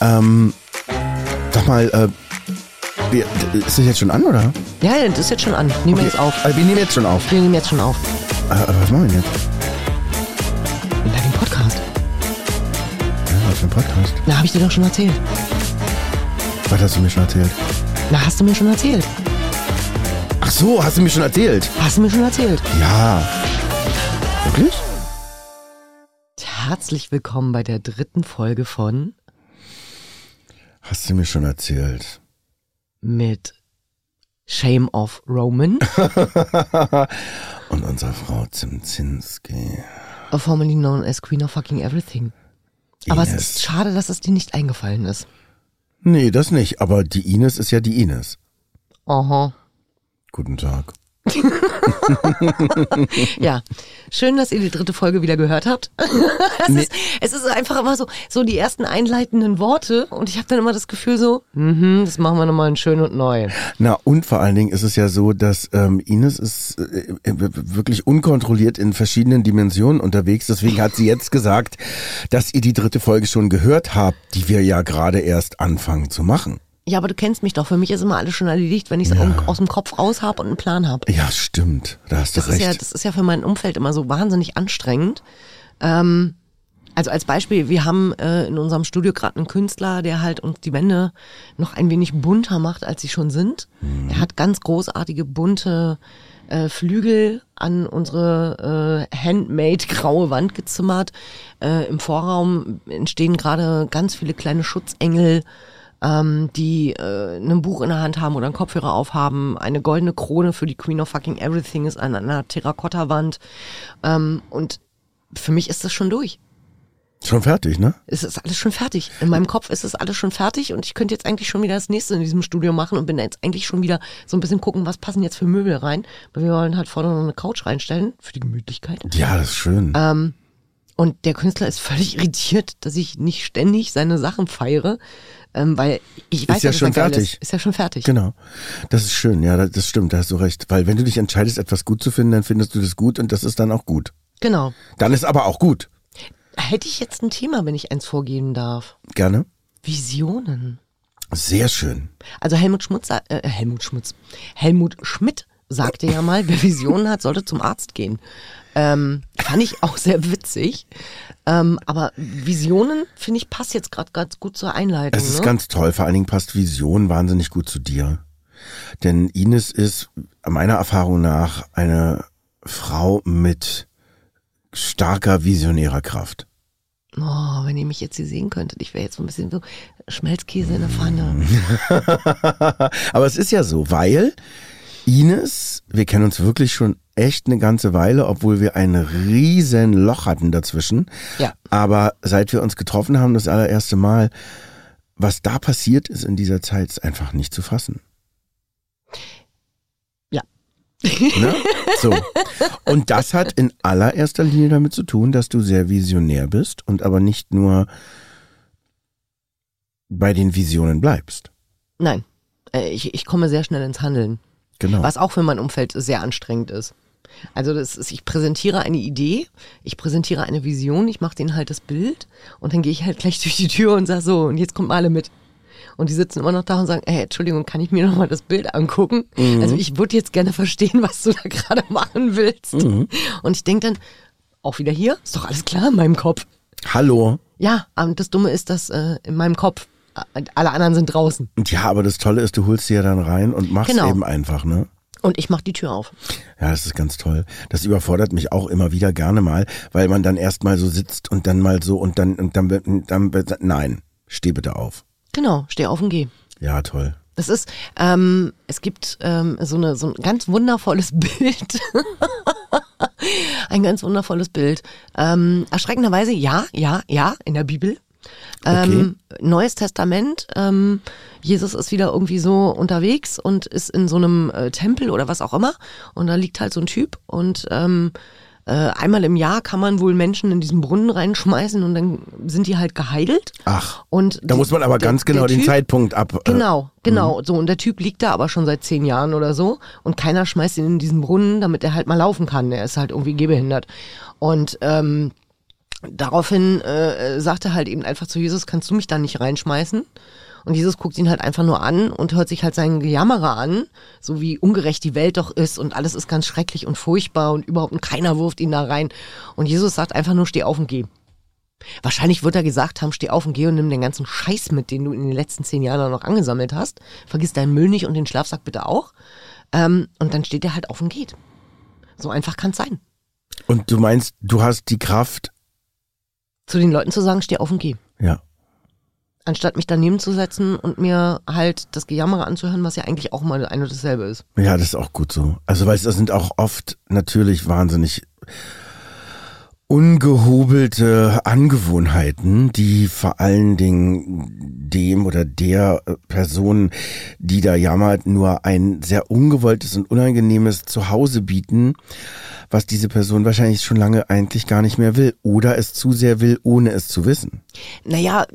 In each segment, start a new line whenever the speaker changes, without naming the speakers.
Ähm, sag mal, äh, wir, ist das jetzt schon an, oder?
Ja, ja, das ist jetzt schon an. Nehmen wir
Okay.
jetzt auf.
Äh, wir nehmen jetzt schon auf.
Wir nehmen jetzt schon auf.
Äh, aber was machen wir denn jetzt?
Na, den Podcast.
Ja, was für ein Podcast?
Na, habe ich dir doch schon erzählt.
Was hast du mir schon erzählt?
Na, hast du mir schon erzählt.
Ach so, hast du mir schon erzählt?
Hast du mir schon erzählt.
Ja. Wirklich?
Herzlich willkommen bei der dritten Folge von
Hast du mir schon erzählt?
mit Shame of Roman,
Und unsere Frau Zimzinski.
formerly known as Queen of Fucking Everything. Aber es
Ines.
ist schade, dass es dir nicht eingefallen ist.
Nee, das nicht. Aber die Ines ist ja die Ines.
Aha.
Guten Tag.
Ja, schön, dass ihr die dritte Folge wieder gehört habt. es, ist, es ist einfach immer so, so die ersten einleitenden Worte und ich habe dann immer das Gefühl so, mhm, das machen wir nochmal in schön und neu.
Na, und vor allen Dingen ist es ja so, dass ähm, Ines ist äh, äh, wirklich unkontrolliert in verschiedenen Dimensionen unterwegs. Deswegen hat sie jetzt gesagt, dass ihr die dritte Folge schon gehört habt, die wir ja gerade erst anfangen zu machen.
Ja, aber du kennst mich doch, für mich ist immer alles schon erledigt, wenn ich es aus dem Kopf raus habe und einen Plan habe.
Ja, stimmt. Da hast du
Das ist,
recht.
ja, das ist ja für mein Umfeld immer so wahnsinnig anstrengend. Ähm, also als Beispiel, wir haben äh, in unserem Studio gerade einen Künstler, der halt uns die Wände noch ein wenig bunter macht, als sie schon sind. Er hat ganz großartige bunte äh, Flügel an unsere äh, handmade graue Wand gezimmert. Äh, Im Vorraum entstehen gerade ganz viele kleine Schutzengel ähm, die äh, ein Buch in der Hand haben oder einen Kopfhörer aufhaben. Eine goldene Krone für die Queen of Fucking Everything ist an einer Terrakotta-Wand. Ähm, und für mich ist das schon durch.
schon fertig, ne?
Es ist alles schon fertig. In meinem Kopf ist es alles schon fertig und ich könnte jetzt eigentlich schon wieder das nächste in diesem Studio machen und bin jetzt eigentlich schon wieder so ein bisschen gucken, was passen jetzt für Möbel rein. Weil wir wollen halt vorne noch eine Couch reinstellen für die Gemütlichkeit.
Ja, das ist schön.
Ähm, und der Künstler ist völlig irritiert, dass ich nicht ständig seine Sachen feiere, ähm, weil ich weiß
ja
dass er
schon
geil
fertig.
Ist. ist ja schon fertig.
Genau. Das ist schön, ja, das- das stimmt, da hast du recht. Weil wenn du dich entscheidest, etwas gut zu finden, dann findest du das gut und das ist dann auch gut.
Genau.
Dann ist aber auch gut.
Hätte ich jetzt ein Thema, wenn ich eins vorgeben darf?
Gerne.
Visionen.
Sehr schön.
Also Helmut Schmutz, sa- äh, Helmut Schmutz, Helmut Schmidt sagte ja mal, wer Visionen hat, sollte zum Arzt gehen. Ähm, fand ich auch sehr witzig. Ähm, aber Visionen, finde ich, passt jetzt gerade ganz gut zur Einleitung.
Es ist
ne?
ganz toll. Vor allen Dingen passt Vision wahnsinnig gut zu dir. Denn Ines ist meiner Erfahrung nach eine Frau mit starker visionärer Kraft.
Oh, wenn ihr mich jetzt hier sehen könntet, ich wäre jetzt so ein bisschen so Schmelzkäse in der Pfanne.
Aber es ist ja so, weil Ines, wir kennen uns wirklich schon echt eine ganze Weile, obwohl wir ein riesen Loch hatten dazwischen.
Ja.
Aber seit wir uns getroffen haben, das allererste Mal, was da passiert ist in dieser Zeit, ist einfach nicht zu fassen.
Ja.
Ne? So. Und das hat in allererster Linie damit zu tun, dass du sehr visionär bist und aber nicht nur bei den Visionen bleibst.
Nein, äh, ich, ich komme sehr schnell ins Handeln.
Genau.
was auch für mein Umfeld sehr anstrengend ist. Also das ist, ich präsentiere eine Idee, ich präsentiere eine Vision, ich mache denen halt das Bild und dann gehe ich halt gleich durch die Tür und sage so, und jetzt kommt mal alle mit. Und die sitzen immer noch da und sagen, ey, Entschuldigung, kann ich mir nochmal das Bild angucken? Also ich würde jetzt gerne verstehen, was du da gerade machen willst. Und ich denke dann, auch wieder hier, ist doch alles klar in meinem Kopf.
Hallo.
Ja, ähm, das Dumme ist, dass äh, in meinem Kopf äh, alle anderen sind draußen.
Und Ja, aber das Tolle ist, du holst sie ja dann rein und machst
Genau.
eben einfach, ne?
Und ich mache die Tür auf.
Ja, das ist ganz toll. Das überfordert mich auch immer wieder gerne mal, weil man dann erst mal so sitzt und dann mal so und dann und dann, und dann, dann nein, steh bitte auf.
Genau, steh auf und geh.
Ja, toll.
Das ist, ähm, es gibt ähm, so, eine, so ein ganz wundervolles Bild. ein ganz wundervolles Bild. Ähm, erschreckenderweise, ja, ja, ja, in der Bibel. Ähm, Neues Testament. Ähm, Jesus ist wieder irgendwie so unterwegs und ist in so einem äh, Tempel oder was auch immer. Und da liegt halt so ein Typ und ähm, äh, einmal im Jahr kann man wohl Menschen in diesen Brunnen reinschmeißen und dann sind die halt geheilt.
Ach,
Und
da
die-
muss man aber
der-
ganz genau
der
den
Typ-
Zeitpunkt ab. äh,
Genau, genau. So, und der Typ liegt da aber schon seit zehn Jahren oder so und keiner schmeißt ihn in diesen Brunnen, damit er halt mal laufen kann. Er ist halt irgendwie gehbehindert. Und ähm, daraufhin äh, sagte halt eben einfach zu Jesus, kannst du mich da nicht reinschmeißen? Und Jesus guckt ihn halt einfach nur an und hört sich halt seinen Gejammerer an, so wie ungerecht die Welt doch ist und alles ist ganz schrecklich und furchtbar und überhaupt und keiner wirft ihn da rein. Und Jesus sagt einfach nur, steh auf und geh. Wahrscheinlich wird er gesagt haben, steh auf und geh und nimm den ganzen Scheiß mit, den du in den letzten zehn Jahren da noch angesammelt hast. Vergiss deinen Müll nicht und den Schlafsack bitte auch. Ähm, und dann steht er halt auf und geht. So einfach kann's sein.
Und du meinst, du hast die Kraft.
Zu den Leuten zu sagen, steh auf und geh.
Ja.
Anstatt mich daneben zu setzen und mir halt das Gejammer anzuhören, was ja eigentlich auch mal ein und dasselbe ist.
Ja, das ist auch gut so. Also, weißt du, das sind auch oft natürlich wahnsinnig ungehobelte Angewohnheiten, die vor allen Dingen dem oder der äh, Person, die da jammert, nur ein sehr ungewolltes und unangenehmes Zuhause bieten, was diese Person wahrscheinlich schon lange eigentlich gar nicht mehr will oder es zu sehr will, ohne es zu wissen.
Naja,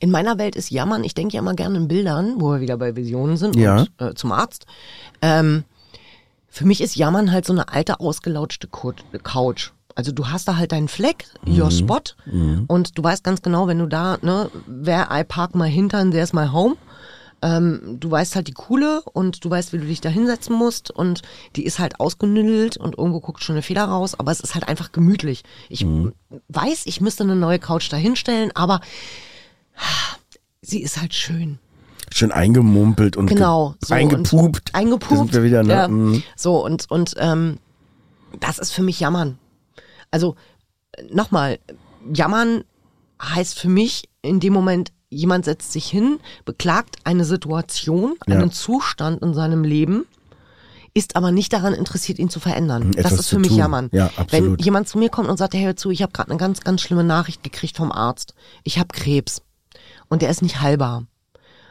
in meiner Welt ist Jammern, ich denke ja immer gerne in Bildern, wo wir wieder bei Visionen sind
Ja.
und äh, zum Arzt. Ähm, für mich ist Jammern halt so eine alte, ausgelautschte Kur- Couch. Also du hast da halt deinen Fleck, your spot, und du weißt ganz genau, wenn du da, ne, where I park my hintern, there's my home. Ähm, du weißt halt die Kuhle und du weißt, wie du dich da hinsetzen musst und die ist halt ausgenüdelt und irgendwo guckt schon eine Feder raus, aber es ist halt einfach gemütlich. Ich weiß, ich müsste eine neue Couch da hinstellen, aber sie ist halt schön.
Schon eingemumpelt und
Genau.
ge- eingepupt.
Und, eingepupt.
Da sind wir wieder, ne?
Ja.
Mhm.
So, und, und ähm, das ist für mich Jammern. Also, nochmal, Jammern heißt für mich in dem Moment, jemand setzt sich hin, beklagt eine Situation,
Ja.
einen Zustand in seinem Leben, ist aber nicht daran interessiert, ihn zu verändern. Das
Hm, etwas
ist
zu
für mich
tun.
Jammern.
Ja, absolut.
Wenn jemand zu mir kommt und sagt, hey, hör zu, ich habe gerade eine ganz, ganz schlimme Nachricht gekriegt vom Arzt. Ich habe Krebs und der ist nicht heilbar.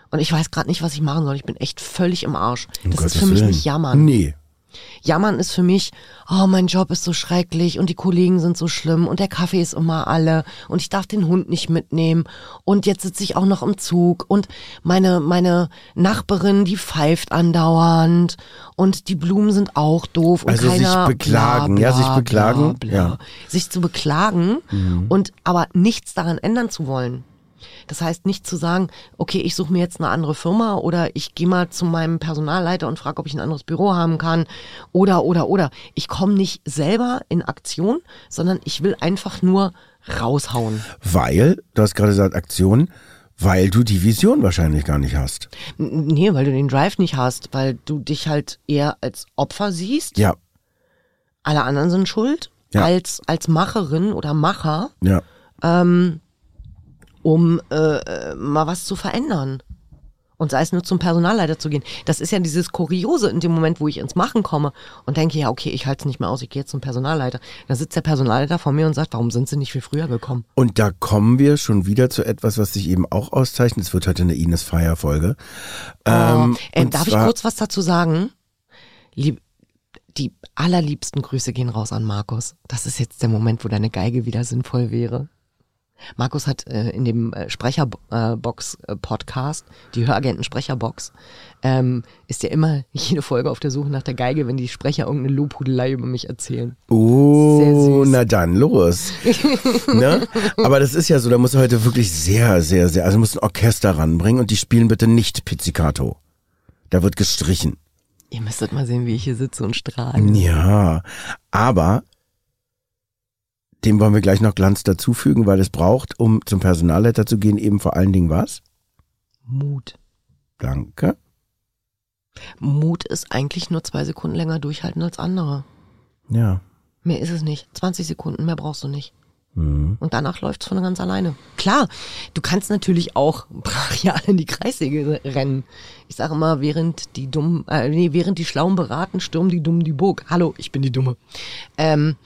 Und ich weiß gerade nicht, was ich machen soll. Ich bin echt völlig im Arsch.
Um
das
Gottes
ist für mich
Willen.
nicht Jammern.
Nee.
Jammern ist für mich, oh, mein Job ist so schrecklich und die Kollegen sind so schlimm und der Kaffee ist immer alle und ich darf den Hund nicht mitnehmen und jetzt sitze ich auch noch im Zug und meine, meine Nachbarin, die pfeift andauernd und die Blumen sind auch doof und
Also sich
keiner,
beklagen, ja, sich beklagen,
bla,
ja.
sich zu beklagen
Mhm.
und aber nichts daran ändern zu wollen. Das heißt nicht zu sagen, okay, ich suche mir jetzt eine andere Firma oder ich gehe mal zu meinem Personalleiter und frage, ob ich ein anderes Büro haben kann oder oder oder. Ich komme nicht selber in Aktion, sondern ich will einfach nur raushauen.
Weil, du hast gerade gesagt, Aktion, weil du die Vision wahrscheinlich gar nicht hast.
N- Nee, weil du den Drive nicht hast, weil du dich halt eher als Opfer siehst.
Ja,
Alle anderen sind schuld.
Ja.
Als, als Macherin oder Macher,
ja.
um äh, äh, mal was zu verändern. Und sei es nur zum Personalleiter zu gehen. Das ist ja dieses Kuriose in dem Moment, wo ich ins Machen komme und denke, ja, okay, ich halte es nicht mehr aus, ich gehe jetzt zum Personalleiter. Dann sitzt der Personalleiter vor mir und sagt, warum sind Sie nicht viel früher gekommen?
Und da kommen wir schon wieder zu etwas, was sich eben auch auszeichnet. Es wird heute eine Ines Feier Folge. Ähm,
Äh,
und
darf ich
zwar-
kurz was dazu sagen? Lieb, die allerliebsten Grüße gehen raus an Markus. Das ist jetzt der Moment, wo deine Geige wieder sinnvoll wäre. Markus hat äh, in dem äh, Sprecherbox-Podcast, die Höragenten-Sprecherbox, ähm, ist ja immer jede Folge auf der Suche nach der Geige, wenn die Sprecher irgendeine Lobhudelei über mich erzählen. Sehr
Oh,
süß.
na dann, los. ne? Aber das ist ja so, da musst du heute wirklich sehr, sehr, sehr, also musst ein Orchester ranbringen und die spielen bitte nicht Pizzicato. Da wird gestrichen.
Ihr müsstet mal sehen, wie ich hier sitze und strahle.
Ja, aber dem wollen wir gleich noch Glanz dazufügen, weil es braucht, um zum Personalleiter zu gehen, eben vor allen Dingen was?
Mut.
Danke.
Mut ist eigentlich nur zwei Sekunden länger durchhalten als andere.
Ja.
Mehr ist es nicht. 20 Sekunden, mehr brauchst du nicht.
Mhm.
Und danach läuft's von ganz alleine. Klar, du kannst natürlich auch brachial in die Kreissäge rennen. Ich sage immer, während die dummen, äh, nee, während die Schlauen beraten, stürmen die Dummen die Burg. Hallo, ich bin die Dumme. Ähm,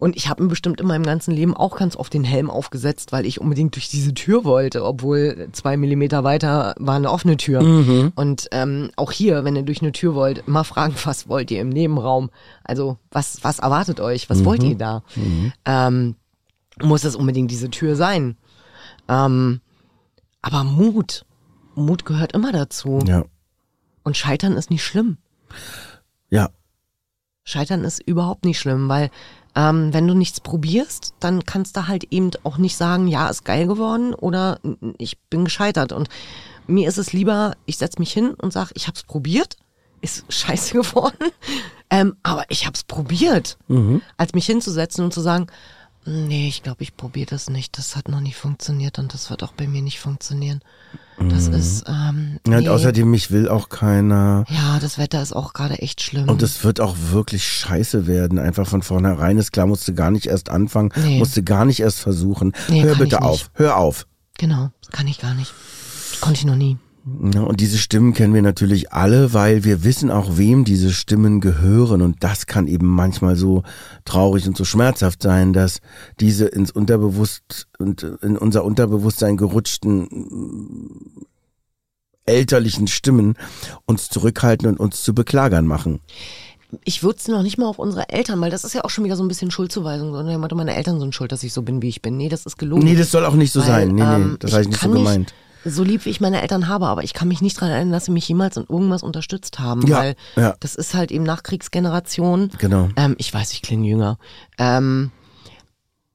und ich habe mir bestimmt in meinem ganzen Leben auch ganz oft den Helm aufgesetzt, weil ich unbedingt durch diese Tür wollte, obwohl zwei Millimeter weiter war eine offene Tür. Und ähm, auch hier, wenn ihr durch eine Tür wollt, immer fragen, was wollt ihr im Nebenraum? Also was, was erwartet euch? Was wollt ihr da? Ähm, muss es unbedingt diese Tür sein. Ähm, aber Mut, Mut gehört immer dazu.
Ja.
Und Scheitern ist nicht schlimm.
Ja.
Scheitern ist überhaupt nicht schlimm, weil Ähm, wenn du nichts probierst, dann kannst du halt eben auch nicht sagen, ja, ist geil geworden oder "N- ich bin gescheitert. Und mir ist es lieber, ich setz mich hin und sag, ich hab's probiert, ist scheiße geworden, ähm, aber ich hab's probiert,
Mhm.
als mich hinzusetzen und zu sagen, nee, ich glaube, ich probiere das nicht, das hat noch nicht funktioniert und das wird auch bei mir nicht funktionieren. Das ist, ähm,
Mhm. Ja, und
nee.
außerdem, mich will auch keiner.
ja, das Wetter ist auch gerade echt schlimm.
Und es wird auch wirklich scheiße werden, einfach von vornherein. Ist klar, musst du gar nicht erst anfangen,
Nee.
musst du gar nicht erst versuchen.
Nee,
hör
kann ich
bitte auf,
nicht.
hör auf.
Genau, das kann ich gar nicht. Das konnte ich noch nie.
Ja, Ne, und diese Stimmen kennen wir natürlich alle, weil wir wissen auch, wem diese Stimmen gehören. Und das kann eben manchmal so traurig und so schmerzhaft sein, dass diese ins Unterbewusst und äh, in unser Unterbewusstsein gerutschten mm, elterlichen Stimmen uns zurückhalten und uns zu Beklagern machen.
Ich würde es noch nicht mal auf unsere Eltern, weil das ist ja auch schon wieder so ein bisschen Schuldzuweisung, sondern jemand, meine Eltern sind schuld, dass ich so bin, wie ich bin. Nee, das ist gelogen.
Nee, das soll auch nicht so
Weil,
sein. Nee, nee,
ähm,
das habe ich nicht so
kann mich-
gemeint.
So lieb wie ich meine Eltern habe, aber ich kann mich nicht daran erinnern, dass sie mich jemals in irgendwas unterstützt haben,
Ja,
weil
ja.
das ist halt eben Nachkriegsgeneration.
Genau.
Ähm, ich weiß, ich klinge jünger. Ähm,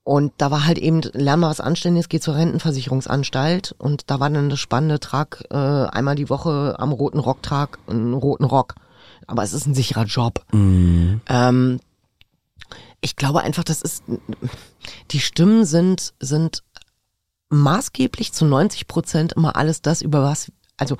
und da war halt eben, lern mal was Anständiges, geh zur Rentenversicherungsanstalt. Und da war dann das spannende Trag, äh, einmal die Woche am roten Rock-Tag, einen roten Rock. Aber es ist ein sicherer Job. Ähm, ich glaube einfach, das ist, die Stimmen sind, sind maßgeblich zu 90 Prozent immer alles das, über was, also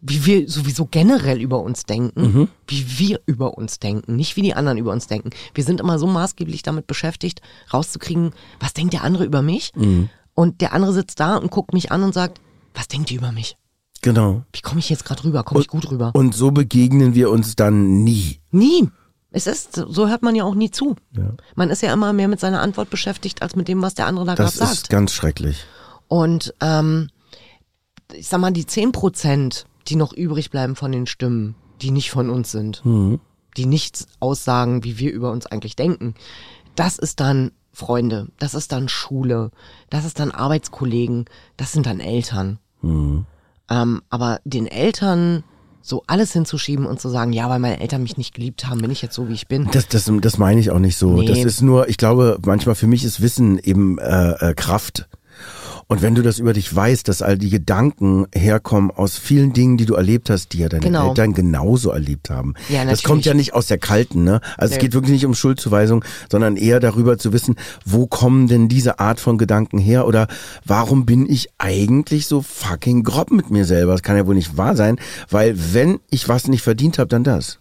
wie wir sowieso generell über uns denken,
Mhm.
wie wir über uns denken, nicht wie die anderen über uns denken. Wir sind immer so maßgeblich damit beschäftigt, rauszukriegen, was denkt der andere über mich?
Mhm.
Und der andere sitzt da und guckt mich an und sagt, was denkt die über mich?
Genau.
Wie komme ich jetzt gerade rüber? Komme ich gut rüber?
Und so begegnen wir uns dann nie.
Nie. Es ist, so hört man ja auch nie zu.
Ja.
Man ist ja immer mehr mit seiner Antwort beschäftigt, als mit dem, was der andere da gerade
Das
sagt.
ist ganz schrecklich.
Und ähm, ich sag mal, die 10 Prozent, die noch übrig bleiben von den Stimmen, die nicht von uns sind, die nichts aussagen, wie wir über uns eigentlich denken, das ist dann Freunde, das ist dann Schule, das ist dann Arbeitskollegen, das sind dann Eltern. Ähm, aber den Eltern so alles hinzuschieben und zu sagen, ja, weil meine Eltern mich nicht geliebt haben, bin ich jetzt so, wie ich bin.
Das, das, das meine ich auch nicht so.
Nee.
Das ist nur, ich glaube, manchmal für mich ist Wissen eben äh, äh, Kraft. Und wenn du das über dich weißt, dass all die Gedanken herkommen aus vielen Dingen, die du erlebt hast, die ja deine
Genau.
Eltern genauso erlebt haben.
Ja,
das
natürlich.
kommt ja nicht aus der Kalten, ne? Also es
Nee.
geht wirklich nicht um Schuldzuweisung, sondern eher darüber zu wissen, wo kommen denn diese Art von Gedanken her oder warum bin ich eigentlich so fucking grob mit mir selber? Das kann ja wohl nicht wahr sein, weil wenn ich was nicht verdient habe, dann das.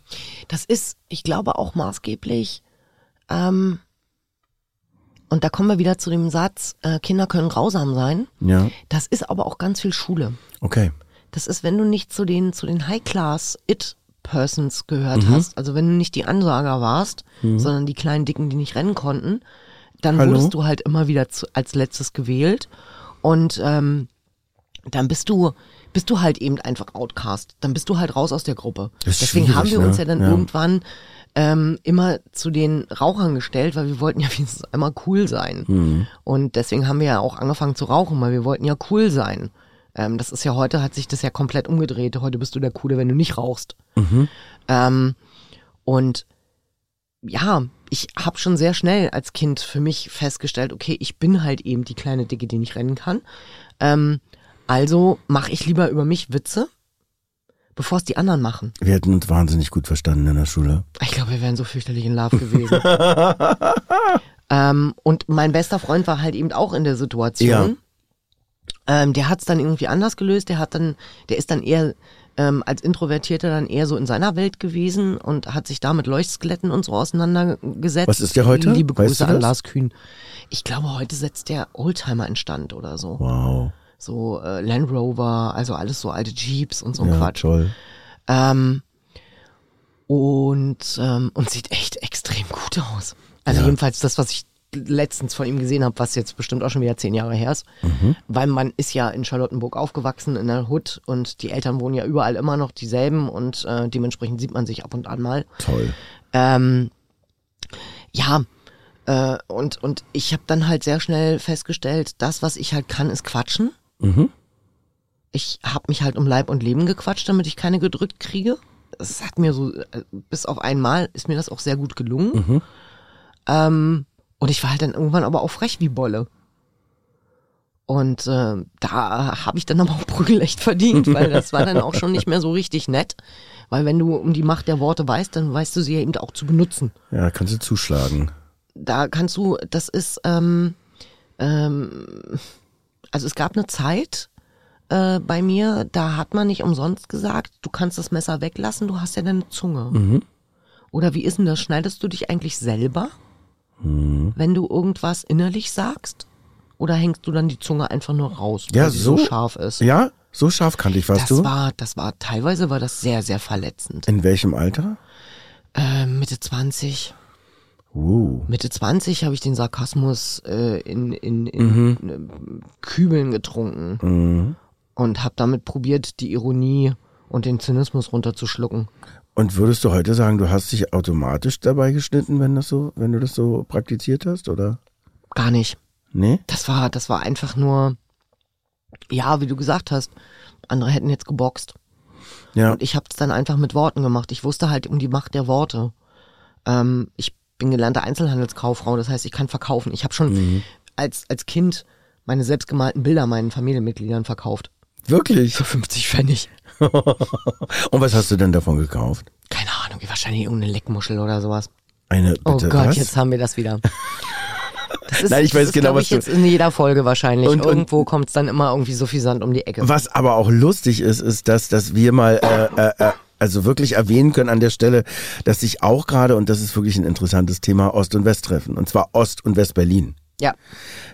Das ist, ich glaube, auch maßgeblich. Ähm, und da kommen wir wieder zu dem Satz, äh, Kinder können grausam sein.
Ja,
Das ist aber auch ganz viel Schule.
okay.
Das ist, wenn du nicht zu den, zu den High-Class-It-Persons gehört
Mhm.
hast, also wenn du nicht die Ansager warst, sondern die kleinen Dicken, die nicht rennen konnten, dann
Hallo?
wurdest du halt immer wieder zu, als letztes gewählt. Und ähm, dann bist du, bist du halt eben einfach Outcast. Dann bist du halt raus aus der Gruppe.
Das ist
Deswegen haben wir
schwierig,
uns
ne?
ja dann
Ja.
irgendwann ähm, immer zu den Rauchern gestellt, weil wir wollten ja wenigstens einmal cool sein. Mhm. Und deswegen haben wir ja auch angefangen zu rauchen, weil wir wollten ja cool sein. Ähm, das ist ja heute, hat sich das ja komplett umgedreht. Heute bist du der Coole, wenn du nicht rauchst.
Mhm.
Ähm, und ja, ich habe schon sehr schnell als Kind für mich festgestellt, okay, ich bin halt eben die kleine Dicke, die nicht rennen kann. Ähm, also mache ich lieber über mich Witze, bevor es die anderen machen.
Wir hätten uns wahnsinnig gut verstanden in der Schule.
Ich glaube, wir wären so fürchterlich in Love gewesen. ähm, und mein bester Freund war halt eben auch in der Situation.
Ja.
Ähm, der hat es dann irgendwie anders gelöst. Der hat dann, der ist dann eher ähm, als Introvertierter dann eher so in seiner Welt gewesen und hat sich da mit Leuchtskeletten und so auseinandergesetzt.
Was ist der heute?
Liebe
Weißt
Grüße
du
an
das?
Lars Kühn. Ich glaube, heute setzt der Oldtimer in Stand oder so.
Oh. Wow.
So äh, Land Rover, also alles so alte Jeeps und so ein
Ja,
Quatsch.
toll.
Ähm, und, ähm, und sieht echt extrem gut aus. Also jedenfalls das, was ich letztens von ihm gesehen habe, was jetzt bestimmt auch schon wieder zehn Jahre her ist. Weil man ist ja in Charlottenburg aufgewachsen, in der Hood und die Eltern wohnen ja überall immer noch dieselben und äh, dementsprechend sieht man sich ab und an mal.
Toll.
Ähm, ja, äh, und, und ich habe dann halt sehr schnell festgestellt, das, was ich halt kann, ist quatschen. Ich habe mich halt um Leib und Leben gequatscht, damit ich keine gedrückt kriege. Das hat mir so, äh, bis auf einmal ist mir das auch sehr gut gelungen. Ähm, Und ich war halt dann irgendwann aber auch frech wie Bolle. Und äh, da habe ich dann aber auch Prügel echt verdient, weil das war dann auch schon nicht mehr so richtig nett. Weil wenn du um die Macht der Worte weißt, dann weißt du sie ja eben auch zu benutzen.
Ja, kannst du zuschlagen.
Da kannst du, das ist, ähm, ähm, also es gab eine Zeit äh, bei mir, da hat man nicht umsonst gesagt, du kannst das Messer weglassen, du hast ja deine Zunge.
Mhm.
Oder wie ist denn das? Schneidest du dich eigentlich selber,
Mhm.
wenn du irgendwas innerlich sagst? Oder hängst du dann die Zunge einfach nur raus,
Ja,
weil sie so,
so-
scharf ist?
Ja, so scharfkantig warst
das
du.
war, das war, teilweise war das sehr, sehr verletzend.
In welchem Alter?
Ähm, Mitte 20.
Uh.
Mitte 20 habe ich den Sarkasmus äh, in, in, in äh, Kübeln getrunken und habe damit probiert, die Ironie und den Zynismus runterzuschlucken.
Und würdest du heute sagen, du hast dich automatisch dabei geschnitten, wenn das so, wenn du das so praktiziert hast, oder?
Gar nicht.
Nee?
Das war, das war einfach nur, ja, wie du gesagt hast, andere hätten jetzt geboxt.
Ja.
Und ich habe es dann einfach mit Worten gemacht. Ich wusste halt um die Macht der Worte. Ähm, ich bin gelernte Einzelhandelskauffrau, das heißt, ich kann verkaufen. Ich habe schon als, als Kind meine selbstgemalten Bilder meinen Familienmitgliedern verkauft.
Wirklich?
Für 50 Pfennig.
Und was hast du denn davon gekauft?
Keine Ahnung, wahrscheinlich irgendeine Leckmuschel oder sowas.
Eine, bitte,
Oh Gott,
was?
jetzt haben wir das wieder. Das ist,
Nein, ich
das
weiß
ist,
genau,
glaub
was
ich,
du-
jetzt in jeder Folge wahrscheinlich.
Und- und-
Irgendwo kommt es dann immer irgendwie suffisant um die Ecke.
Was aber auch lustig ist, ist, dass, dass wir mal äh, äh, äh, also wirklich erwähnen können an der Stelle, dass sich auch gerade, und das ist wirklich ein interessantes Thema, Ost und West treffen. Und zwar Ost und West-Berlin.
Ja,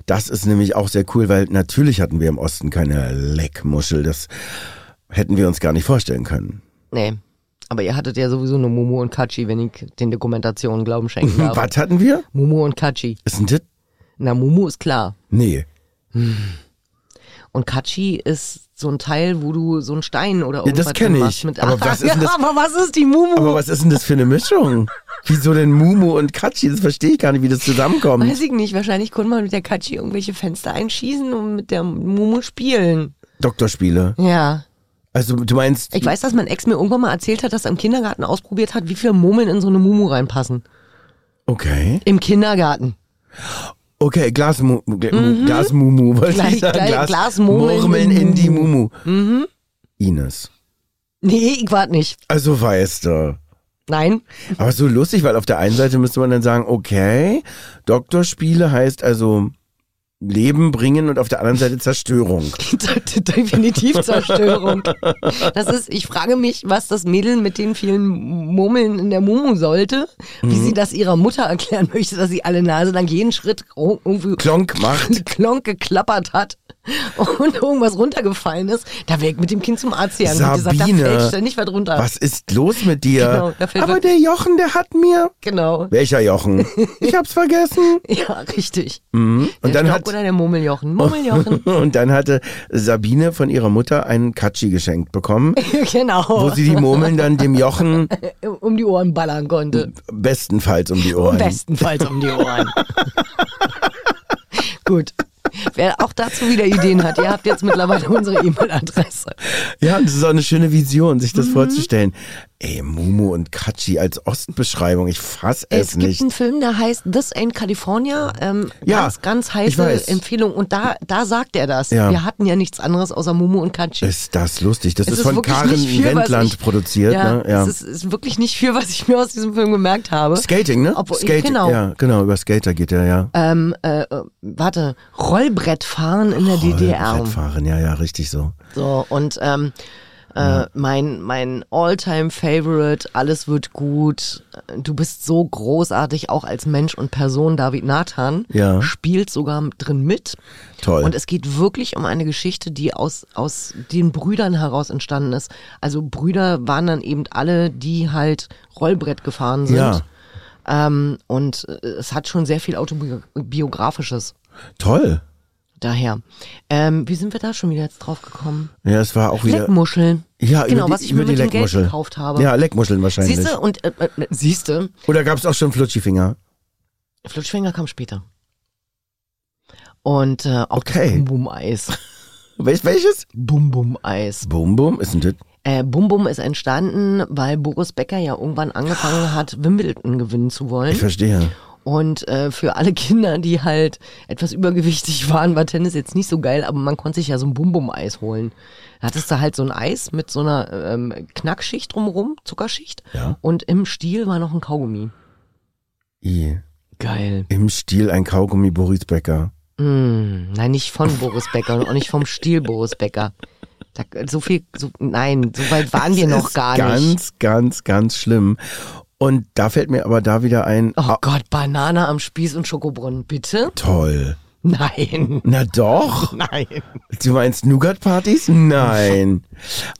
Das ist nämlich auch sehr cool, weil natürlich hatten wir im Osten keine Leckmuschel. Das hätten wir uns gar nicht vorstellen können.
nee. Aber ihr hattet ja sowieso nur Mumu und Katschi, wenn ich den Dokumentationen Glauben schenken darf.
Was hatten wir?
Mumu und Katschi.
Ist denn das?
Na, Mumu ist klar.
Nee.
Und Katschi ist so ein Teil, wo du so einen Stein oder irgendwas
das kenn
drin
ich.
machst mit
Aber was ist denn das-
aber was ist die Mumu?
Aber was ist denn das für eine Mischung? Wieso denn Mumu und Katschi? Das verstehe ich gar nicht, wie das zusammenkommt.
Weiß ich nicht, wahrscheinlich konnte man mit der Katschi irgendwelche Fenster einschießen und mit der Mumu spielen.
Doktorspiele.
Ja.
Also du meinst,
Ich weiß, dass mein Ex mir irgendwann mal erzählt hat, dass er im Kindergarten ausprobiert hat, wie viele Murmeln in so eine Mumu reinpassen.
okay.
Im Kindergarten.
Okay, Glasmu Gl- Glasmumu, wollte
Mhm. Gleich-
ich sagen.
gleich Glasmurmeln
Murmeln
in Mhm.
in die Mumu. Ines.
Nee, ich warte nicht.
Also weißt du.
Nein.
Aber so lustig, weil auf der einen Seite müsste man dann sagen, okay, Doktorspiele heißt also Leben bringen und auf der anderen Seite Zerstörung.
Definitiv Zerstörung. Das ist, ich frage mich, was das Mädel mit den vielen Murmeln in der Mumu sollte, wie
Mhm.
sie das ihrer Mutter erklären möchte, dass sie alle Nase lang jeden Schritt ro- irgendwie
Klonk macht.
klonk geklappert hat und irgendwas runtergefallen ist. Da wäre ich mit dem Kind zum Arzt gegangen und gesagt, da
Sabine.
fällt ständig was runter.
Was ist los mit dir?
Genau, da fällt
Aber
was-
der Jochen, der hat mir.
Genau.
Welcher Jochen? Ich hab's vergessen.
Ja, richtig.
Mhm. Und
der
dann,
Staub
hat,
oder der Murmeljochen. Murmeljochen.
und dann hatte Sabine von ihrer Mutter einen Katschi geschenkt bekommen, wo
genau.
sie die Murmeln dann dem Jochen
Um die Ohren ballern konnte.
bestenfalls um die Ohren.
Bestenfalls um die Ohren. Gut. Wer auch dazu wieder Ideen hat, ihr habt jetzt mittlerweile unsere E-Mail-Adresse.
Ja, und das ist auch eine schöne Vision, sich
Mhm.
das vorzustellen. Ey, Mumu und Katschi als Ostbeschreibung, ich fass es,
Es gibt
nicht.
einen Film, der heißt This Ain't California. Ähm,
Ja,
ganz, ganz
ich weiß.
heiße Empfehlung. Und da, da sagt er das.
Ja.
Wir hatten ja nichts anderes außer Mumu und Kanchi.
Ist das lustig? Das
Es
ist von
wirklich
Karen
nicht viel, was
Wendland
ich-
produziert,
ja,
ne? Ja.
Es ist, ist wirklich nicht viel, was ich mir aus diesem Film gemerkt habe.
Skating, ne?
Obwohl-
Skating,
genau.
ja, genau, über Skater geht er, ja.
ähm, äh, äh, warte, Rollbrettfahren in der DDR.
fahren, Oh, ja, ja, richtig so.
So, und ähm, äh, mein, mein All-Time-Favorite, alles wird gut, du bist so großartig, auch als Mensch und Person, David Nathan,
Ja.
spielt sogar drin mit.
Toll.
Und es geht wirklich um eine Geschichte, die aus, aus den Brüdern heraus entstanden ist. Also Brüder waren dann eben alle, die halt Rollbrett gefahren sind.
Ja.
Ähm, und äh, es hat schon sehr viel Autobiografisches
Toll.
daher. Ähm, wie sind wir da schon wieder jetzt drauf gekommen?
Ja, es war auch wieder.
Leckmuscheln.
Ja, über
genau,
die,
was ich
über
mir
die
mit dem Geld
Leckmuschel.
gekauft habe.
Ja, Leckmuscheln wahrscheinlich.
siehst du, und äh, äh, siehst du,
Oder gab es auch schon Flutschifinger?
Flutschfinger kam später. Und äh, auch
Okay.
das Bum-Bum-Eis.
Wel welches?
Bum-Bum-Eis.
Bum Bum ist ein Dit.
Äh, Bum-Bum ist entstanden, weil Boris Becker ja irgendwann angefangen hat, Wimbledon gewinnen zu
Ah. Ich
wollen.
verstehe.
Und äh, für alle Kinder, die halt etwas übergewichtig waren, war Tennis jetzt nicht so geil, aber man konnte sich ja so ein Bum-Bum-Eis holen. Da hattest du halt so ein Eis mit so einer ähm, Knackschicht drumherum, Zuckerschicht.
Ja.
Und im Stiel war noch ein Kaugummi.
I.
Geil.
Im Stil ein Kaugummi Boris Becker.
Mm, nein, nicht von Boris Becker und auch nicht vom Stiel Boris Becker. Da, so viel, so, nein, so weit waren wir
Das
noch
ist
gar
ganz,
nicht.
Ganz, ganz, ganz schlimm. Und da fällt mir aber da wieder ein,
Oh
ah,
Gott, Banane am Spieß und Schokobrunnen, bitte?
toll.
Nein.
Na doch.
Nein.
Du meinst Nougat-Partys? Nein.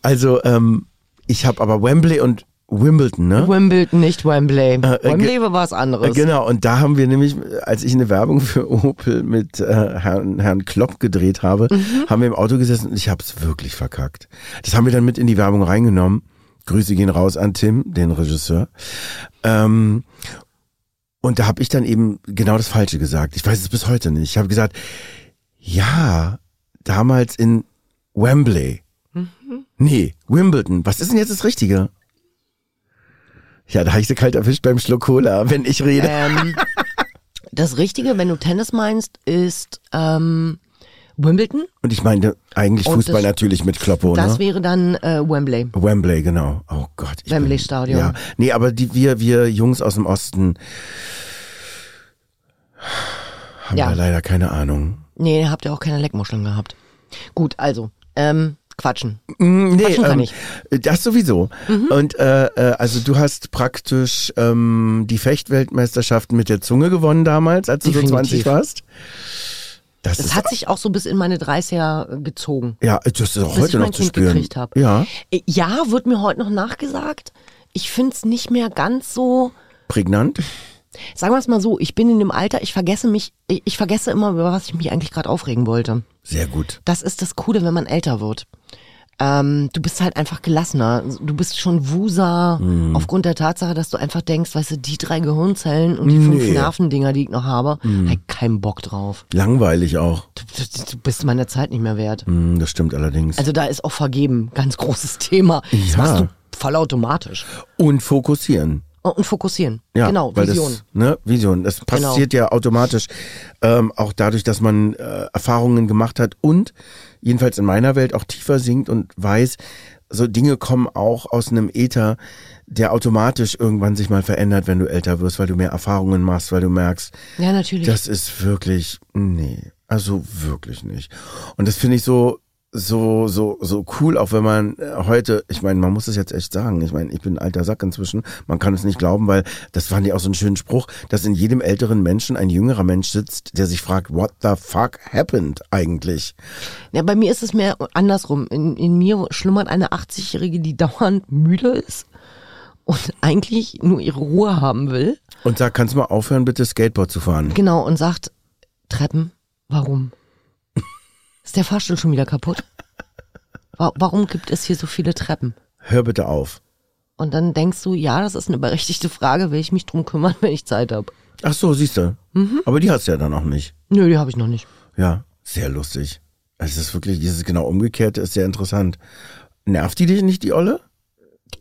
Also, ähm, ich habe aber Wembley und Wimbledon, ne?
Wimbledon, nicht Wembley.
äh,
Wembley war was anderes.
Genau, und da haben wir nämlich, als ich eine Werbung für Opel mit äh, Herrn, Herrn Klopp gedreht habe, haben wir im Auto gesessen und ich habe es wirklich verkackt. Das haben wir dann mit in die Werbung reingenommen. Grüße gehen raus an Tim, den Regisseur. Ähm, und da habe ich dann eben genau das Falsche gesagt. Ich weiß es bis heute nicht. Ich habe gesagt, ja, damals in Wembley. Nee, Wimbledon. Was ist denn jetzt das Richtige? Ja, da habe ich sie kalt erwischt beim Schluck Cola, wenn ich rede.
Ähm, das Richtige, wenn du Tennis meinst, ist ähm, Wimbledon.
Und ich meinte eigentlich
Und
Fußball
das-
natürlich mit Kloppo,
Das
ne?
wäre dann äh, Wembley.
Wembley, genau. Oh Gott. ich
Wembley
bin-
Stadion.
Ja. Nee, aber die, wir, wir Jungs aus dem Osten haben
Ja.
da leider keine Ahnung.
Nee, habt ihr auch keine Leckmuscheln gehabt. Gut, also, ähm, quatschen.
Mm, Nee,
Quatschen kann
das sowieso.
Mhm.
Und äh, äh, also du hast praktisch ähm, die Fechtweltmeisterschaften mit der Zunge gewonnen damals, als du so
Definitiv.
20 warst. Das,
Das
ist
hat sich auch so bis in meine 30er gezogen.
ja, das ist auch
bis ich
heute noch
mein
zu
Kind
spüren.
gekriegt hab.
Ja,
Äh, Ja, wird mir heute noch nachgesagt. Ich find's nicht mehr ganz so.
prägnant.
Sagen wir es mal so, ich bin in dem Alter, ich vergesse mich, ich ich vergesse immer, über was ich mich eigentlich gerade aufregen wollte.
Sehr gut.
Das ist das Coole, wenn man älter wird. Ähm, du bist halt einfach gelassener. Du bist schon wuser
Mhm.
aufgrund der Tatsache, dass du einfach denkst, weißt du, die drei Gehirnzellen und die fünf
Nee. Mhm.
Nervendinger, die ich noch habe, halt keinen Bock drauf.
Langweilig auch.
Du, du, du bist meiner Zeit nicht mehr wert.
Hm, das stimmt allerdings.
Also da ist auch Vergeben ganz großes Thema. Das
Ja.
machst du vollautomatisch.
Und fokussieren.
Und, und fokussieren.
Ja,
genau,
weil
Vision.
Das, ne, Vision. Das
Genau.
passiert ja automatisch. Ähm, auch dadurch, dass man äh, Erfahrungen gemacht hat und jedenfalls in meiner Welt auch tiefer sinkt und weiß, so Dinge kommen auch aus einem Äther, der automatisch irgendwann sich mal verändert, wenn du älter wirst, weil du mehr Erfahrungen machst, weil du merkst,
ja, natürlich.
das ist wirklich, nee, also wirklich nicht. Und das finde ich so, so, so, so cool, auch wenn man äh, heute, ich meine, man muss es jetzt echt sagen, ich meine, ich bin ein alter Sack inzwischen, man kann es nicht glauben, weil das fand ich auch so einen schönen Spruch, dass in jedem älteren Menschen ein jüngerer Mensch sitzt, der sich fragt, what the fuck happened eigentlich?
Ja, bei mir ist es mehr andersrum. In, in mir schlummert eine 80-Jährige, die dauernd müde ist und eigentlich nur ihre Ruhe haben will.
Und da kannst du mal aufhören, bitte Skateboard zu fahren.
Genau, und sagt, Treppen, warum? Ist der Fahrstuhl schon wieder kaputt? Wa- Warum gibt es hier so viele Treppen?
Hör bitte auf.
Und dann denkst du, ja, das ist eine berechtigte Frage, will ich mich drum kümmern, wenn ich Zeit habe.
Ach so, siehst du. Aber die hast du ja dann auch nicht.
Nö, die habe ich noch nicht.
Ja, sehr lustig. Es ist wirklich, dieses genau umgekehrte ist sehr interessant. Nervt die dich nicht, die Olle?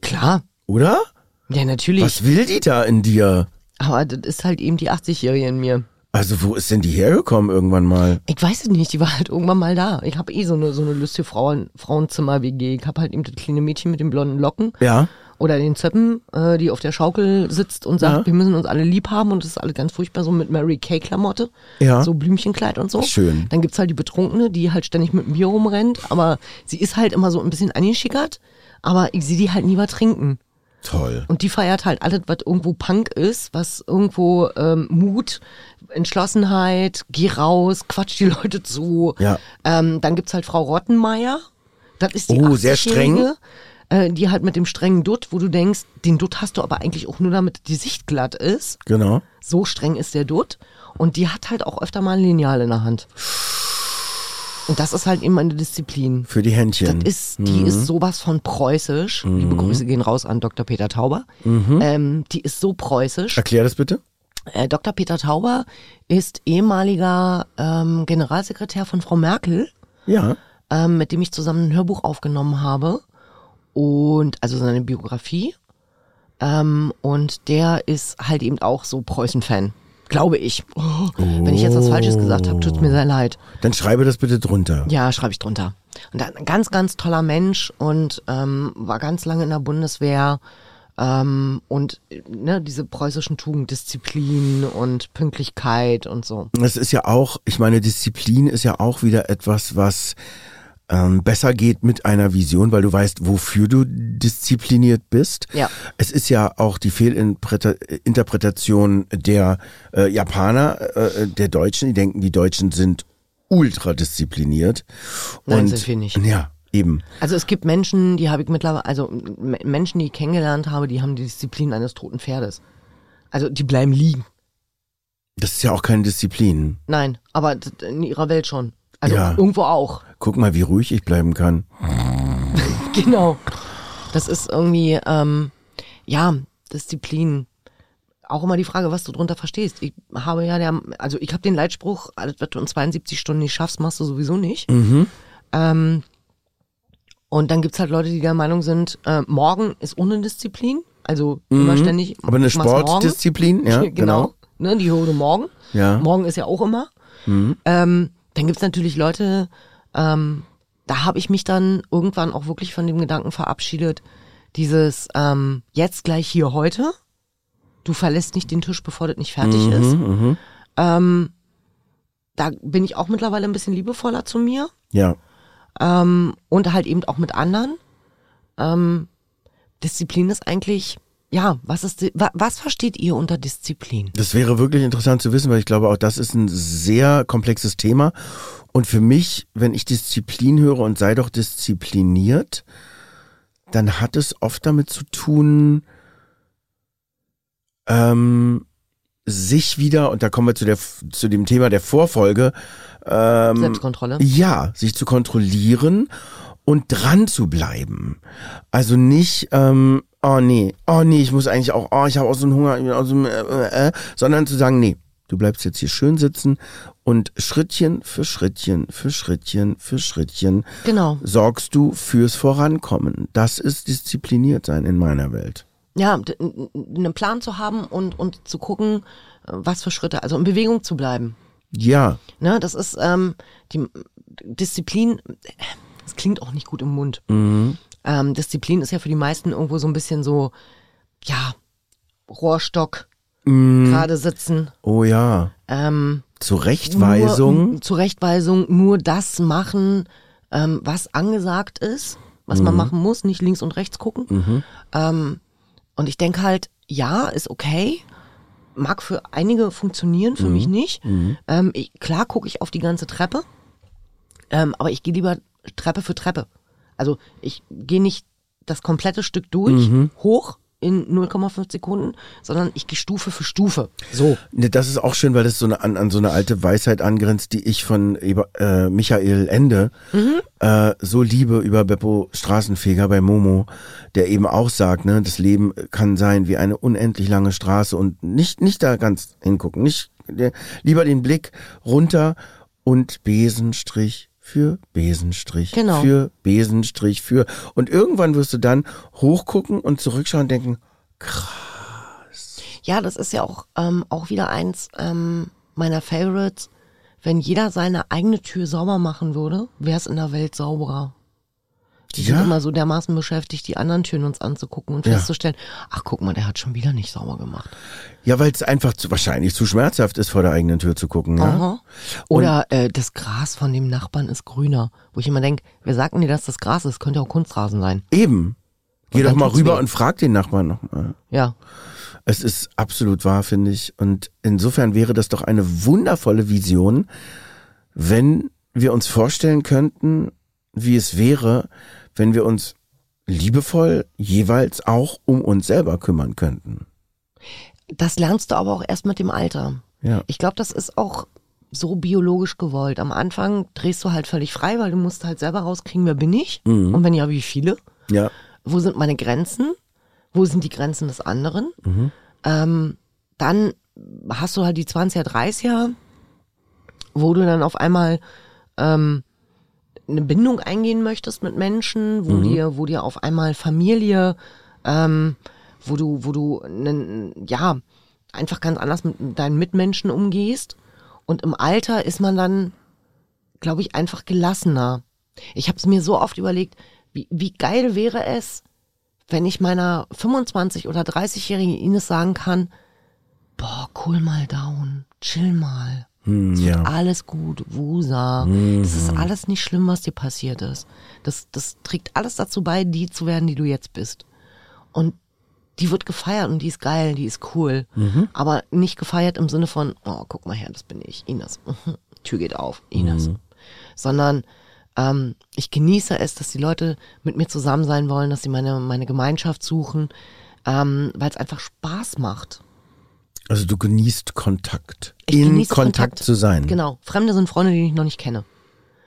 Klar,
Oder?
ja, natürlich.
Was will die da in dir?
Aber das ist halt eben die 80-Jährige in mir.
Also, wo ist denn die hergekommen irgendwann mal?
Ich weiß es nicht, die war halt irgendwann mal da. Ich habe eh so eine, so eine lustige Frauen, Frauenzimmer-WG. Ich habe halt eben das kleine Mädchen mit den blonden Locken
Ja.
oder den Zöppen, äh, die auf der Schaukel sitzt und sagt,
Ja.
wir müssen uns alle lieb haben und das ist alles ganz furchtbar, so mit Mary Kay-Klamotte,
Ja.
so Blümchenkleid und so.
Schön.
Dann gibt's halt die Betrunkene, die halt ständig mit dem Bier rumrennt, aber sie ist halt immer so ein bisschen angeschickert, aber ich sehe die halt nie was trinken.
Toll.
Und die feiert halt alles, was irgendwo Punk ist, was irgendwo ähm, Mut, Entschlossenheit, geh raus, quatsch die Leute zu.
Ja.
Ähm, dann gibt's halt Frau Rottenmeier. Das ist die
Oh, sehr streng.
80-Jährige, Äh, die halt mit dem strengen Dutt, wo du denkst, den Dutt hast du aber eigentlich auch nur, damit die Sicht glatt ist.
Genau.
So streng ist der Dutt. Und die hat halt auch öfter mal ein Lineal in der Hand. Und das ist halt eben eine Disziplin.
Für die Händchen.
Das ist, die ist sowas von preußisch. Liebe Grüße gehen raus an Dr. Peter Tauber. Ähm, die ist so preußisch.
Erklär das bitte.
Äh, Dr. Peter Tauber ist ehemaliger ähm, Generalsekretär von Frau Merkel,
Ja.
ähm, mit dem ich zusammen ein Hörbuch aufgenommen habe. Und also seine Biografie. Ähm, und der ist halt eben auch so Preußen-Fan. Glaube ich. Oh, Wenn ich jetzt was Falsches gesagt habe, tut's mir sehr leid.
Dann schreibe das bitte drunter.
Ja, schreibe ich drunter. Und dann ein ganz, ganz toller Mensch und ähm, war ganz lange in der Bundeswehr. Ähm, und äh, ne, diese preußischen Tugend, Disziplin und Pünktlichkeit und so.
Es ist ja auch, ich meine, Disziplin ist ja auch wieder etwas, was ähm, besser geht mit einer Vision, weil du weißt, wofür du diszipliniert bist.
Ja.
Es ist ja auch die Fehlinterpretation der äh, Japaner, äh, der Deutschen. Die denken, die Deutschen sind ultra diszipliniert.
Nein,
Und-
sind wir nicht.
Ja, eben.
Also es gibt Menschen, die habe ich mittlerweile, also M- Menschen, die ich kennengelernt habe, die haben die Disziplin eines toten Pferdes. Also die bleiben liegen.
Das ist ja auch keine Disziplin.
Nein, aber d- d- in ihrer Welt schon. Also
Ja.
irgendwo auch.
Guck mal, wie ruhig ich bleiben kann.
Genau. Das ist irgendwie, ähm, ja, Disziplin. Auch immer die Frage, was du drunter verstehst. Ich habe ja, der, also ich habe den Leitspruch, alles, was du in 72 Stunden nicht schaffst, machst du sowieso nicht.
Mhm.
Ähm, und dann gibt's halt Leute, die der Meinung sind, äh, morgen ist ohne Disziplin. Also immer ständig.
Mhm. Aber eine
mach's morgen.
Sportdisziplin, ja, genau.
Ne, die Hürde morgen.
Ja.
Morgen ist ja auch immer. Ähm, dann gibt's natürlich Leute, ähm, da habe ich mich dann irgendwann auch wirklich von dem Gedanken verabschiedet, dieses ähm, jetzt gleich hier heute, du verlässt nicht den Tisch, bevor das nicht fertig
Mhm.
ist. Ähm, da bin ich auch mittlerweile ein bisschen liebevoller zu mir
Ja.
ähm, und halt eben auch mit anderen. Ähm, Disziplin ist eigentlich, ja, was ist, die- wa, was versteht ihr unter Disziplin?
Das wäre wirklich interessant zu wissen, weil ich glaube, auch das ist ein sehr komplexes Thema. Und für mich, wenn ich Disziplin höre und sei doch diszipliniert, dann hat es oft damit zu tun, ähm, sich wieder, und da kommen wir zu, der, zu dem Thema der Vorfolge, ähm,
Selbstkontrolle?
ja, sich zu kontrollieren und dran zu bleiben. Also nicht, ähm, oh nee, oh nee, ich muss eigentlich auch, oh, ich habe auch so einen Hunger, ich bin auch so, ein, äh, äh, sondern zu sagen, nee, du bleibst jetzt hier schön sitzen und Schrittchen für Schrittchen, für Schrittchen, für Schrittchen
Genau.
sorgst du fürs Vorankommen. Das ist diszipliniert sein in meiner Welt.
Ja, d- n- n- einen Plan zu haben und, und zu gucken, äh, was für Schritte, also in Bewegung zu bleiben.
Ja,
Ne, das ist ähm, die Disziplin, äh, das klingt auch nicht gut im Mund. Ähm, Disziplin ist ja für die meisten irgendwo so ein bisschen so, ja, Rohrstock, gerade sitzen,
oh ja.
ähm,
Zurechtweisung.
Nur, Zurechtweisung, nur das machen, ähm, was angesagt ist, was man machen muss, nicht links und rechts gucken. Ähm, und ich denke halt, ja, ist okay. Mag für einige funktionieren, für mich nicht. Ähm, ich, klar gucke ich auf die ganze Treppe, ähm, aber ich gehe lieber Treppe für Treppe. Also ich gehe nicht das komplette Stück durch, hoch in 0,5 Sekunden, sondern ich gehe Stufe für Stufe. So.
Ne, das ist auch schön, weil das so eine, an, an so eine alte Weisheit angrenzt, die ich von Eber, äh, Michael Ende äh, so liebe über Beppo Straßenfeger bei Momo, der eben auch sagt, ne, das Leben kann sein wie eine unendlich lange Straße und nicht, nicht da ganz hingucken, nicht der, lieber den Blick runter und Besenstrich für Besenstrich
Genau.
für Besenstrich für und irgendwann wirst du dann hochgucken und zurückschauen und denken,
Ja, das ist ja auch, ähm, auch wieder eins ähm, meiner Favorites. Wenn jeder seine eigene Tür sauber machen würde, wäre es in der Welt sauberer. Die
Ja.
sind immer so dermaßen beschäftigt, die anderen Türen uns anzugucken und
Ja.
festzustellen, ach guck mal, der hat schon wieder nicht sauber gemacht.
Ja, weil es einfach zu, wahrscheinlich zu schmerzhaft ist, vor der eigenen Tür zu gucken. ne? Ja?
Aha. Oder äh, das Gras von dem Nachbarn ist grüner. Wo ich immer denk, wer sagt denn dir, dass das Gras ist? Könnte auch Kunstrasen sein.
Eben. Geh
dann
doch mal
tut's
rüber
weh.
und frag den Nachbarn nochmal.
Ja.
Es ist absolut wahr, finde ich. Und insofern wäre das doch eine wundervolle Vision, wenn wir uns vorstellen könnten, wie es wäre, wenn wir uns liebevoll jeweils auch um uns selber kümmern könnten.
Das lernst du aber auch erst mit dem Alter.
Ja.
Ich glaube, das ist auch so biologisch gewollt. Am Anfang drehst du halt völlig frei, weil du musst halt selber rauskriegen, wer bin ich? Und wenn ja, wie viele?
Ja.
Wo sind meine Grenzen? Wo sind die Grenzen des anderen? Ähm, dann hast du halt die 20er, 30er, wo du dann auf einmal ähm, eine Bindung eingehen möchtest mit Menschen, wo dir, wo dir auf einmal Familie, ähm, wo du, wo du einen, ja, einfach ganz anders mit deinen Mitmenschen umgehst. Und im Alter ist man dann, glaube ich, einfach gelassener. Ich habe es mir so oft überlegt, wie, wie geil wäre es, wenn ich meiner 25- oder 30-jährigen Ines sagen kann, boah, cool mal down, chill mal.
Hm,
Es
ja. Mhm.
wird alles gut, Wusa. Das ist alles nicht schlimm, was dir passiert ist. Das, das trägt alles dazu bei, die zu werden, die du jetzt bist. Und die wird gefeiert und die ist geil, die ist cool.
Mhm.
Aber nicht gefeiert im Sinne von, oh, guck mal her, das bin ich, Ines. Mhm. Tür geht auf, Ines.
Mhm.
Sondern ähm, ich genieße es, dass die Leute mit mir zusammen sein wollen, dass sie meine, meine Gemeinschaft suchen, ähm, weil es einfach Spaß macht.
Also du genießt Kontakt.
Ich
in
genieße
Kontakt, zu sein.
Genau. Fremde sind Freunde, die ich noch nicht kenne.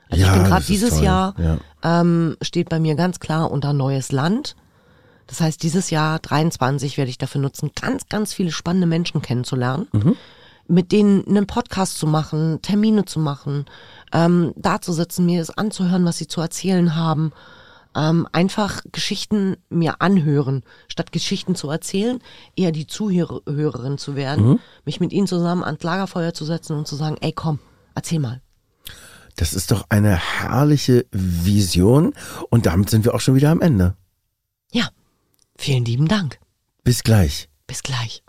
Also
Ja,
ich bin
das
gerade
ist
dieses
toll.
Jahr,
Ja.
ähm, steht bei mir ganz klar unter neues Land. Das heißt, dieses Jahr 23 werde ich dafür nutzen, ganz, ganz viele spannende Menschen kennenzulernen,
Mhm.
mit denen einen Podcast zu machen, Termine zu machen, ähm, da zu sitzen, mir das anzuhören, was sie zu erzählen haben. Ähm, einfach Geschichten mir anhören, statt Geschichten zu erzählen, eher die Zuhörerin zu werden,
Mhm.
mich mit ihnen zusammen ans Lagerfeuer zu setzen und zu sagen, ey komm, erzähl mal.
Das ist doch eine herrliche Vision und damit sind wir auch schon wieder am Ende.
Ja, vielen lieben Dank.
Bis gleich.
Bis gleich.